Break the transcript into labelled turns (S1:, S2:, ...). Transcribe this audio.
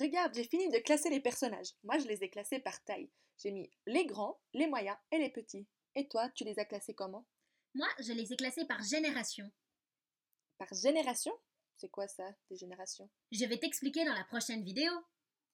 S1: Regarde, j'ai fini de classer les personnages. Moi, je les ai classés par taille. J'ai mis les grands, les moyens et les petits. Et toi, tu les as classés comment
S2: Moi, je les ai classés par génération.
S1: Par génération C'est quoi ça, des générations
S2: Je vais t'expliquer dans la prochaine vidéo.